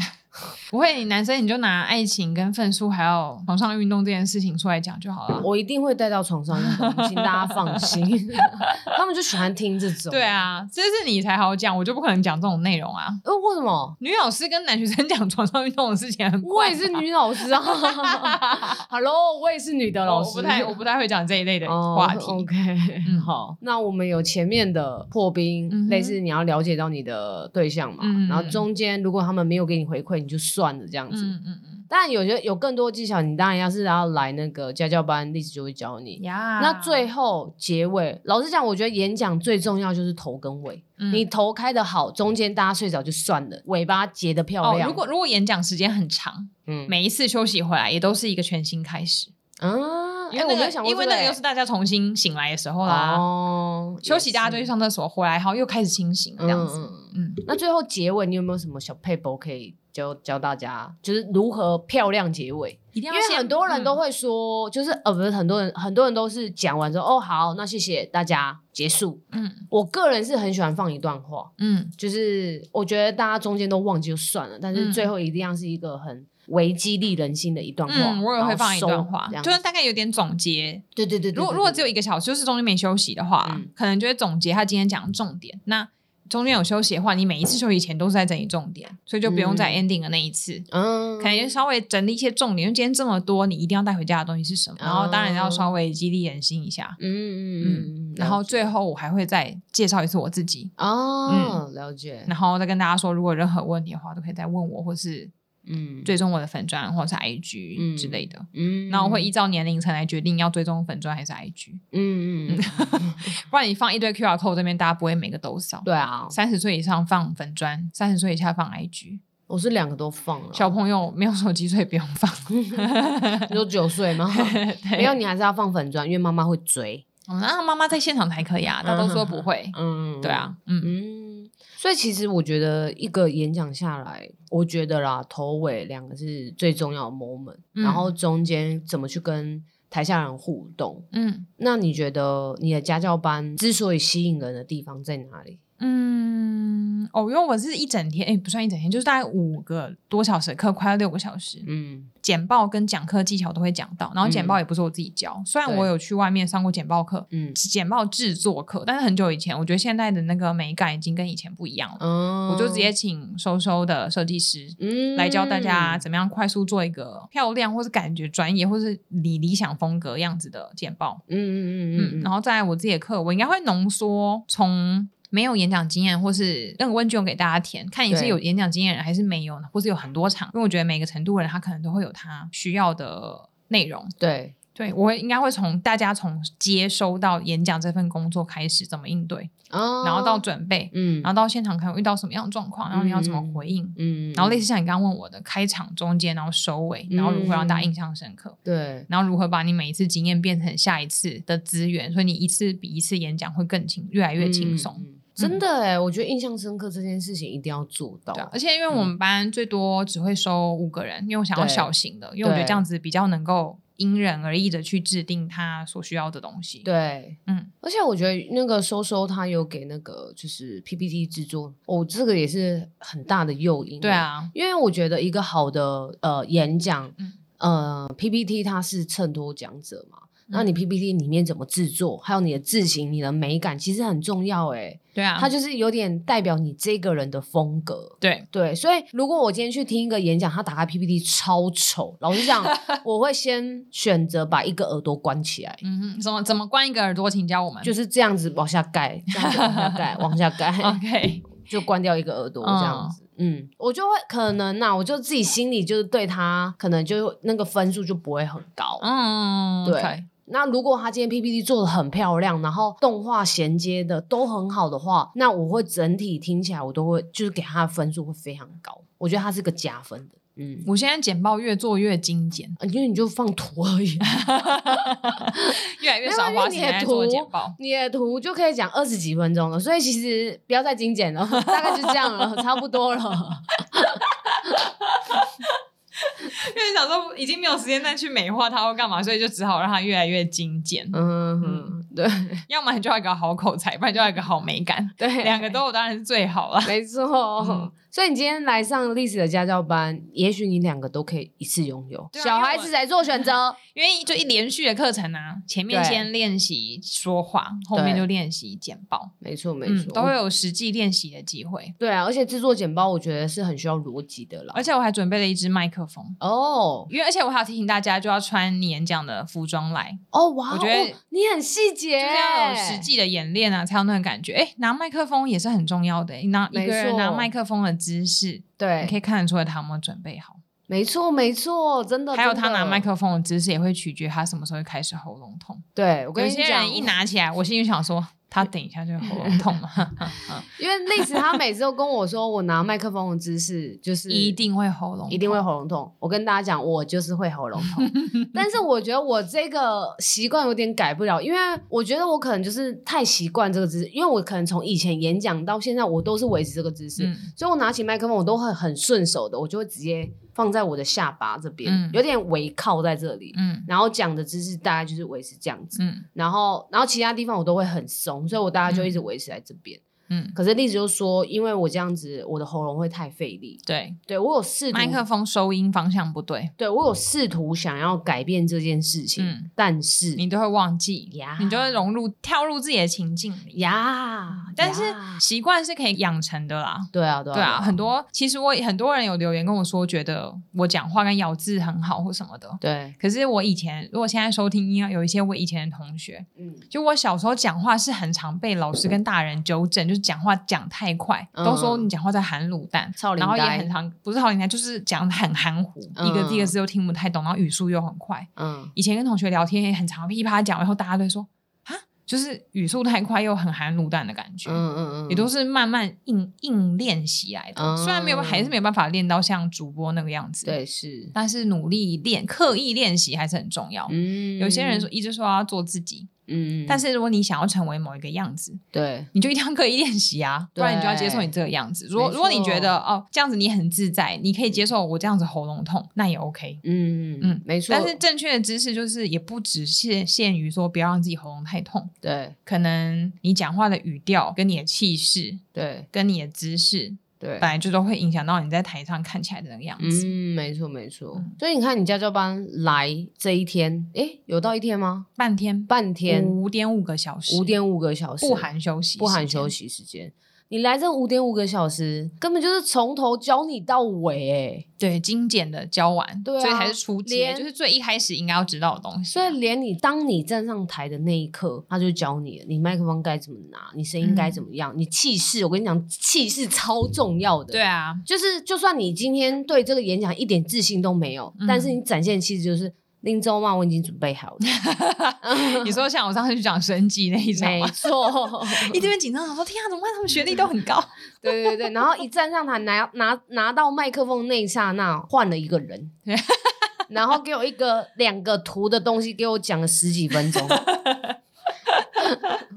S2: 不会，你男生你就拿爱情跟份数还有床上运动这件事情出来讲就好了。
S1: 我一定会带到床上运动，请大家放 心。他们就喜欢听这种。
S2: 对，啊，这是你才好讲，我就不可能讲这种内容啊。
S1: 呃，为什么？
S2: 女老师跟男学生讲床上运动的事情很
S1: 我
S2: 怪吧，
S1: 也是女老师啊 ，Hello，我也是女的
S2: 我
S1: 老
S2: 哦我
S1: 师，
S2: 不太我不太会讲这一类的
S1: 哦
S2: 话题。
S1: OK，
S2: 嗯
S1: 好，那我们有前面的破冰，
S2: 嗯哼
S1: 类似你要了解到你的对象嘛，
S2: 嗯
S1: 然后中间如果他们没有给你回馈，你就算了这样子。
S2: 嗯嗯嗯，
S1: 当然有些有更多技巧，你当然要是要来那个家教班，历史就会教你。
S2: 呀
S1: 那最后结尾，老实讲，我觉得演讲最重要就是头跟尾。
S2: 嗯哦
S1: 你头开的好，中间大家睡着就算了，尾巴结的漂
S2: 哦，
S1: 亮。
S2: 如果如果演讲时间很长，
S1: 嗯
S2: 每一次休息回来也都是一个全新开始。
S1: 啊，哎、
S2: 因为
S1: 我
S2: 那
S1: 没
S2: 个
S1: 有想过
S2: 因为
S1: 这个
S2: 那个又
S1: 欸
S2: 是大家重新醒来的时候啦，
S1: 哦，
S2: 休息大家就去
S1: 是
S2: 上厕所，回来然后又开始清醒这样
S1: 嗯
S2: 子。
S1: 嗯嗯
S2: 嗯，
S1: 那最后结尾，你有没有什么小 paper 可以教教大家，就是如何漂亮结尾？
S2: 一定
S1: 因
S2: 要
S1: 为
S2: 先嗯
S1: 很多人都会说，就是呃，不是很多人，很多人都是讲完之后，哦，好，那谢谢大家，结束。
S2: 嗯
S1: 我个人是很喜欢放一段话，
S2: 嗯
S1: 就是我觉得大家中间都忘记就算了，但是
S2: 嗯
S1: 最后一定要是一个很危激励人心的一段话。
S2: 嗯，我也会放一
S1: 然
S2: 段
S1: 后收
S2: 话
S1: 这，样
S2: 就是大概有点总结。
S1: 对对对对
S2: 如果
S1: 对
S2: 如果
S1: 对
S2: 只有一个小时，就是中间没休息的话
S1: 嗯，
S2: 可能就会总结他今天讲的重点。那中间有休息的话，你每一次休息前都是在整理重点，所以就不用在 ending 的那一次。
S1: 嗯，
S2: 可能就稍微整理一些重点，因为今天这么多，你一定要带回家的东西是什么？然后当然要稍微激励人心一下。
S1: 嗯嗯嗯，
S2: 然后
S1: 哦了解
S2: 最后我还会再介绍一次我自己，
S1: 哦，了解，
S2: 然后再跟大家说，如果有任何问题的话，都可以再问我，或是
S1: 嗯，
S2: 追踪我的粉砖或是
S1: 嗯
S2: IG 之类的。
S1: 嗯，
S2: 那我会依照年龄层来决定要追踪粉砖还是 IG，
S1: 嗯 嗯嗯，
S2: 不然你放一堆 QR code 这边，大家不会每个都扫。
S1: 对啊，
S2: 三十岁以上放粉砖，三十岁以下放 IG。
S1: 我是两个都放了。
S2: 小朋友没有手机，所以不用 放。
S1: 你说九岁吗？
S2: 对
S1: 没有，你还是要放粉砖，因为妈妈会 追。
S2: 哦，那妈妈在现场才可以啊，她都说不会。
S1: 嗯，
S2: 对，啊，嗯，
S1: 嗯。所以其实我觉得一个演讲下来，我觉得啦，头尾两个是最重要的 moment，、
S2: 嗯
S1: 然后中间怎么去跟台下人互动。
S2: 嗯
S1: 那你觉得你的家教班之所以吸引人的地方在哪里？
S2: 嗯，哦，因为我是一整天，哎，不算一整天，就是大概五个多小时的课，快要六个小时。
S1: 嗯
S2: 简报跟讲课技巧都会讲到，然后简报也不是我自己教，虽然
S1: 对
S2: 我有去外面上过简报课。
S1: 嗯
S2: 简报制作课，但是很久以前，我觉得现在的那个美感已经跟以前不一样了。
S1: 嗯
S2: 我就直接请收收的设计师
S1: 嗯
S2: 来教大家怎么样快速做一个漂亮，或是感觉专业，或是你理想风格样子的简报。
S1: 嗯嗯嗯嗯，
S2: 嗯，然
S1: 后
S2: 后在我自己的课，我应该会浓缩从没有演讲经验，或是那个问卷给大家填，看你是
S1: 对
S2: 有演讲经验的人还是没有，或是有很多场，因为我觉得每个程度的人他可能都会有他需要的内容。
S1: 对，
S2: 对我会应该会从大家从接收到演讲这份工作开始怎么应对，然
S1: 然
S2: 后到准备，
S1: 哦嗯，
S2: 然后到现场可能遇到什么样的状况，然后你要怎么回应。
S1: 嗯，
S2: 然后类似像你刚刚问我的开场、中间，然后收尾，然后如何让
S1: 嗯
S2: 大家印象深刻，
S1: 对，
S2: 然后如何把你每一次经验变成下一次的资源，所以你一次比一次演讲会更轻，越来越轻松。
S1: 嗯。嗯嗯真的哎、我觉得印象深刻这件事情一定要做到。
S2: 对啊，而且因为我们班最多只会收五个人，因为我想要
S1: 嗯对
S2: 小型的，因为我觉得
S1: 对
S2: 这样子比较能够因人而异的去制定他所需要的东西。，
S1: 对，
S2: 嗯，
S1: 而且我觉得那个收收他有给那个就是 PPT 制作，哦，这个也是很大的诱因。欸
S2: 对，啊，
S1: 因为我觉得一个好的呃演讲，
S2: 嗯
S1: 呃 PPT 它是衬托讲者嘛，那你
S2: 嗯
S1: PPT 里面怎么制作，还有你的字形、你的美感，其实很重要欸诶、
S2: 对啊，
S1: 它就是有点代表你这个人的风格。
S2: 对
S1: 对，所以如果我今天去听一个演讲，他打开 PPT 超丑，老实 讲，我会先选择把一个耳朵关起来，
S2: 嗯哼，怎么怎么关一个耳朵，请教我们。
S1: 就是这样子往下盖，这样子往下盖，往下 盖，
S2: OK，
S1: 就关掉一个耳朵这
S2: 哦
S1: 样子。嗯，我就会可能呐、我就自己心里就是对他，可能就那个分数就不会很高。
S2: 嗯，
S1: 对
S2: OK
S1: 那如果他今天 PPT 做的很漂亮，然后动画衔接的都很好的话，那我会整体听起来我都会就是给他的分数会非常高，我觉得他是个加分的。嗯，呃
S2: 我现在简报越做越 精简，
S1: 因为你就放图而已，啊
S2: 越来越
S1: 没有
S2: 少
S1: 因为
S2: 花
S1: 你
S2: 时
S1: 的
S2: 间在做
S1: 图
S2: 简报。
S1: 你的图就可以讲二十几分钟了，所以其实不要再精简了，大概就这样了， 差不多 了。
S2: 因为想说已经没有时间再去美化它或干嘛，所以就只好让它越来越精简。
S1: 嗯
S2: 嗯
S1: 哼，对
S2: 要么你就要一个好口才，不然就要一个好美感，
S1: 对，
S2: 两个都有当然是最好啦。
S1: 没错。
S2: 嗯
S1: 所以你今天来上历史的家教班，也许你两个都可以一次拥有。
S2: 对啊
S1: 小
S2: 因为
S1: 孩
S2: 我
S1: 子才做选 择。
S2: 因为就一连续的课程啊，前面
S1: 对
S2: 先练习说话，后面就练习简报，
S1: 没错没
S2: 嗯，
S1: 错，
S2: 都会有实际练习的机会。
S1: 对啊，而且制作简报我觉得是很需要逻辑的啦。
S2: 而且我还准备了一支麦克风。
S1: 哦
S2: 因为而且我还有提醒大家，就要穿你演讲的服装来，
S1: 哦哇，
S2: 我觉得
S1: 哦你很细节，
S2: 就是要有实。际的演练啊，才有那种感觉。哎、拿麦克风也是很重要的、你拿一
S1: 没
S2: 个人拿
S1: 错
S2: 麦克风的姿势，你可
S1: 对，
S2: 以看得出来他有没有准备好。
S1: 没错没错，真的。
S2: 还有
S1: 哦真
S2: 他拿
S1: 的
S2: 麦，克风的姿势也会取决他什么时候会开始喉咙痛。
S1: 对我跟
S2: 有
S1: 你
S2: 些
S1: 讲，
S2: 人一，拿起来，我心里想说，他等一下就喉咙痛了，
S1: 因为历史他每次都跟我说，我拿麦克风的姿势 就是
S2: 一定会喉咙，
S1: 一定会。喉咙痛。我跟大家讲，我就是会喉咙 痛，但是我觉得我这个习惯有点改不了，因为我觉得我可能就是太习惯这个姿势，因为我可能从以前演讲到现在，我都是维持这个姿势，
S2: 嗯，
S1: 所以我拿起麦克风我都会很顺手的，我就会直接放在我的下巴这边，
S2: 嗯
S1: 有点围靠在这里。
S2: 嗯
S1: 然后讲的姿势大概就是维持这样子，
S2: 嗯
S1: 然后然后其他地方我都会很松，所以我大概就一直维持在这边。
S2: 嗯，
S1: 可是例子就说，因为我这样子，我的喉咙会太费力。
S2: 对，
S1: 对我有试图
S2: 麦克风收音方向不对，
S1: 对我有试图想要改变这件事情，
S2: 嗯
S1: 但是
S2: 你都会忘记
S1: 呀
S2: 你就会融入跳入自己的情境里。
S1: 呀，
S2: 但是
S1: 呀
S2: 习惯是可以养成的啦。
S1: 对啊，对啊，
S2: 对啊，很多其实我很多人有留言跟我说，觉得我讲话跟咬字很好或什么的。
S1: 对，
S2: 可是我以前，如果现在收听，应该有一些我以前的同学，
S1: 嗯，
S2: 就我小时候讲话是很常被老师跟大人纠正，就是讲话讲太快，
S1: 嗯
S2: 都说你讲话在含卤蛋，
S1: 超龄
S2: 然后也
S1: 呆
S2: 很常不是好龄呆，就是讲得很含糊，
S1: 嗯
S2: 一个字一个字都听不太懂，然后语速又很快。
S1: 嗯，
S2: 以前跟同学聊天也很常噼啪讲，然后大家都会说啊，就是语速太快又很含卤蛋的感觉。
S1: 嗯嗯嗯，
S2: 也都是慢慢硬硬练习来的，
S1: 嗯
S2: 虽然没有还是没有办法练到像主播那个样子，，
S1: 对是，
S2: 但是努力练、刻意练习还是很重要。
S1: 嗯，
S2: 有些人说，一直说要做自己，
S1: 嗯，嗯，
S2: 但是如果你想要成为某一个样子，
S1: 对
S2: 你就一定要刻意练习啊， 不
S1: 对
S2: 然你就要接受你这个样子。如果
S1: 没错
S2: 如果你觉得哦这样子你很自在，你可以接受我这样子喉咙痛，那也 OK。
S1: 嗯
S2: 嗯
S1: 嗯，没错，
S2: 但是正确的知识就是也不只限限于说不要让自己喉咙太痛，
S1: 对
S2: 可能你讲话的语调、跟你的气势、
S1: 对
S2: 跟你的姿势，
S1: 对
S2: 本，来就都会影响到你在台上看起来的那个样子。
S1: 嗯，没错没错
S2: 嗯。
S1: 所以你看，你家教班来这一天，诶，有到一天吗？
S2: 半天
S1: 半天，
S2: 五点五个小时，
S1: 五点五个小时，
S2: 不含休息，
S1: 不含休
S2: 息。
S1: 息时间。你来这五点五个小时，根本就是从头教你到尾、欸，
S2: 对，精简的教完，
S1: 对啊
S2: 所以才是初级，
S1: 连
S2: 就是最一开始应该要知道的东西
S1: 所
S2: 啊。
S1: 以连你当你站上台的那一刻，他就教你了，你麦克风该怎么拿，你声音
S2: 嗯
S1: 该怎么样，你气势，我跟你讲，气势超重要的。
S2: 对，啊，
S1: 就是就算你今天对这个演讲一点自信都没有，
S2: 嗯
S1: 但是你展现的气质就是林州嘛，我已经准备 好了，
S2: 你说像我上次去讲生计那一场
S1: 没
S2: 吗，
S1: 错，
S2: 一直边紧张，想说天啊，怎么办？他们学历都很高，
S1: 对对对，然后一站上台拿拿拿到麦克风那一刹那，换了一个 人
S2: 对，
S1: 然后给我 一个两个图的东西，给我讲了十几分钟。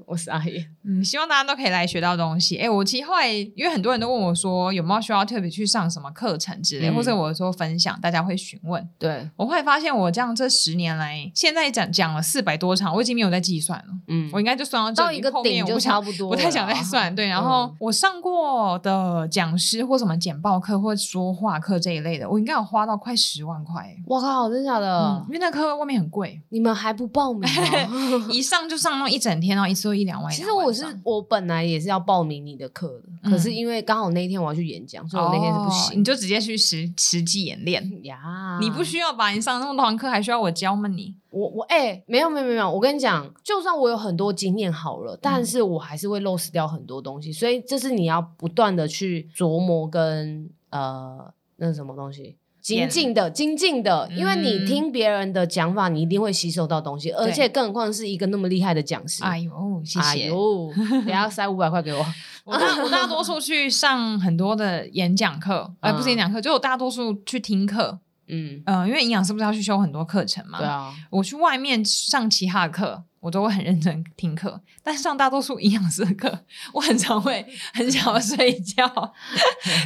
S1: 我傻眼。
S2: 嗯，希望大家都可以来学到东西。哎，我其实后来因为很多人都问我说有没有需要特别去上什么课程之类，
S1: 嗯
S2: 或者我说分享，大家会询问。
S1: 对，
S2: 我会发现我这样这十年来，现在讲讲了四百多场，我已经没有在计算了，
S1: 嗯
S2: 我应该就算到这里
S1: 到一个
S2: 后面
S1: 顶
S2: 我
S1: 就
S2: 不想
S1: 差不多
S2: 不
S1: 了啊，嗯
S2: 太想再算。对，然后我上过的讲师或什么简报课或说话课这一类的，我应该有花到快十万块。
S1: 我靠，真的假
S2: 嗯
S1: 的，
S2: 因？为那课外面很贵，
S1: 你们还不报名 啊？
S2: 一上就上那种一整天，然后一次都一两万。
S1: 其
S2: 一
S1: 实
S2: 两万
S1: 我
S2: 这
S1: 是
S2: 样
S1: 我本来也是要报名你的课的，
S2: 嗯
S1: 可是因为刚好那一天我要去演讲，所以我那天是不
S2: 哦你
S1: 行。啊
S2: 就直接去实实际演练。
S1: 呀，
S2: 你不需要吧？你上那么多堂课，还需要我教吗？你
S1: 我我哎、没有没有没有没有，我跟你讲，就算我有很多经验好了，
S2: 嗯
S1: 但是我还是会漏失掉很多东西，所以这是你要不断的去琢磨跟呃那是什么东西。精
S2: 演
S1: 进的，精进的，因为你
S2: 嗯
S1: 听别人的讲法，你一定会吸收到东西，而且更何况是一个那么厉害的讲师。
S2: 哎呦，谢
S1: 哎
S2: 谢。
S1: 呦，等一下塞五百块给我。
S2: 我大我大多数去上很多的演讲课，而、
S1: 嗯
S2: 不是演讲课，就我大多数去听课。
S1: 嗯，
S2: 嗯、因为营养师不是要去修很多课程嘛？
S1: 对。啊，
S2: 我去外面上其他的课，我都会很认真听课，但是上大多数营养师的课，我很常会很想要睡 觉。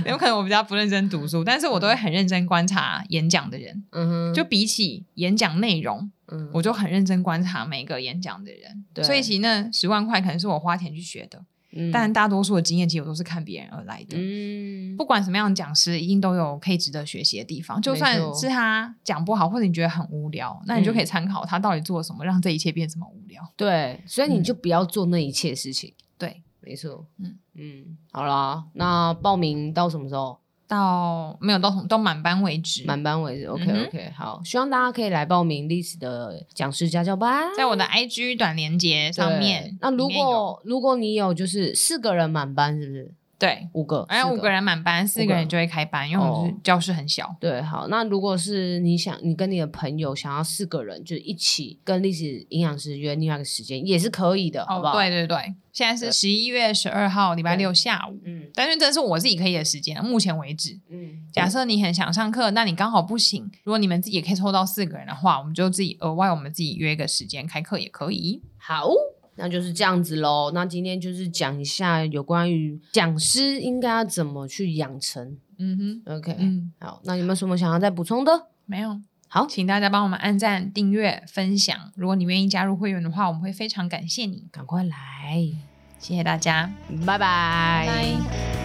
S2: 有可能我比较不认真读书，但是我都会很认真观察演讲的人。
S1: 嗯哼，
S2: 就比起演讲内容，
S1: 嗯
S2: 我就很认真观察每个演讲的人。
S1: 对
S2: 所以其实那十万块可能是我花钱去学的，
S1: 嗯
S2: 但大多数的经验其实我都是看别人而来的。
S1: 嗯，
S2: 不管什么样的讲师，一定都有可以值得学习的地方。就算
S1: 没错嗯
S2: 是他讲不好，或者你觉得很无聊，那你就可以参考他到底做了什么，让这一切变这么无聊。
S1: 对，所以
S2: 嗯
S1: 你就不要做那一切事情。
S2: 对，
S1: 没错，
S2: 嗯
S1: 嗯，好啦，那报名到什么时候？
S2: 到没有到都满班为止。
S1: 满班为止。OK
S2: 嗯哼
S1: OK，、好，希望大家可以来报名历史的讲师家教班。
S2: 在我的 IG 短连接上
S1: 对
S2: 面，
S1: 那如
S2: 里面有
S1: 果如果你有就是四个人满班，是不是
S2: 对，
S1: 五个？
S2: 哎，
S1: 四
S2: 五个。人满班，四
S1: 五
S2: 个
S1: 个
S2: 人就会开班，因为我们是
S1: 哦
S2: 教室很小。
S1: 对，好，那如果是你想你跟你的朋友想要四个人，就是一起跟历史营养师约另外一个时间，也是可以的，好不好？
S2: 哦对，对对，现在是十一月十二号礼拜六下午，
S1: 嗯
S2: 但是这是我自己可以的时间，目前为止。
S1: 嗯，
S2: 假设你很想上课，那你刚好不行。如果你们自己也可以抽到四个人的话，我们就自己额外我们自己约一个时间开课也可以。
S1: 好，那就是这样子喽。那今天就是讲一下有关于讲师应该要怎么去养成。
S2: 嗯哼，
S1: OK，、
S2: 嗯，
S1: 好，那有没有什么想要再补充的？
S2: 没有。
S1: 好
S2: 请大家帮我们按赞、订阅、分享。如果你愿意加入会员的话，我们会非常感谢你。
S1: 赶快来，
S2: 谢谢大家，
S1: 拜拜
S2: 拜拜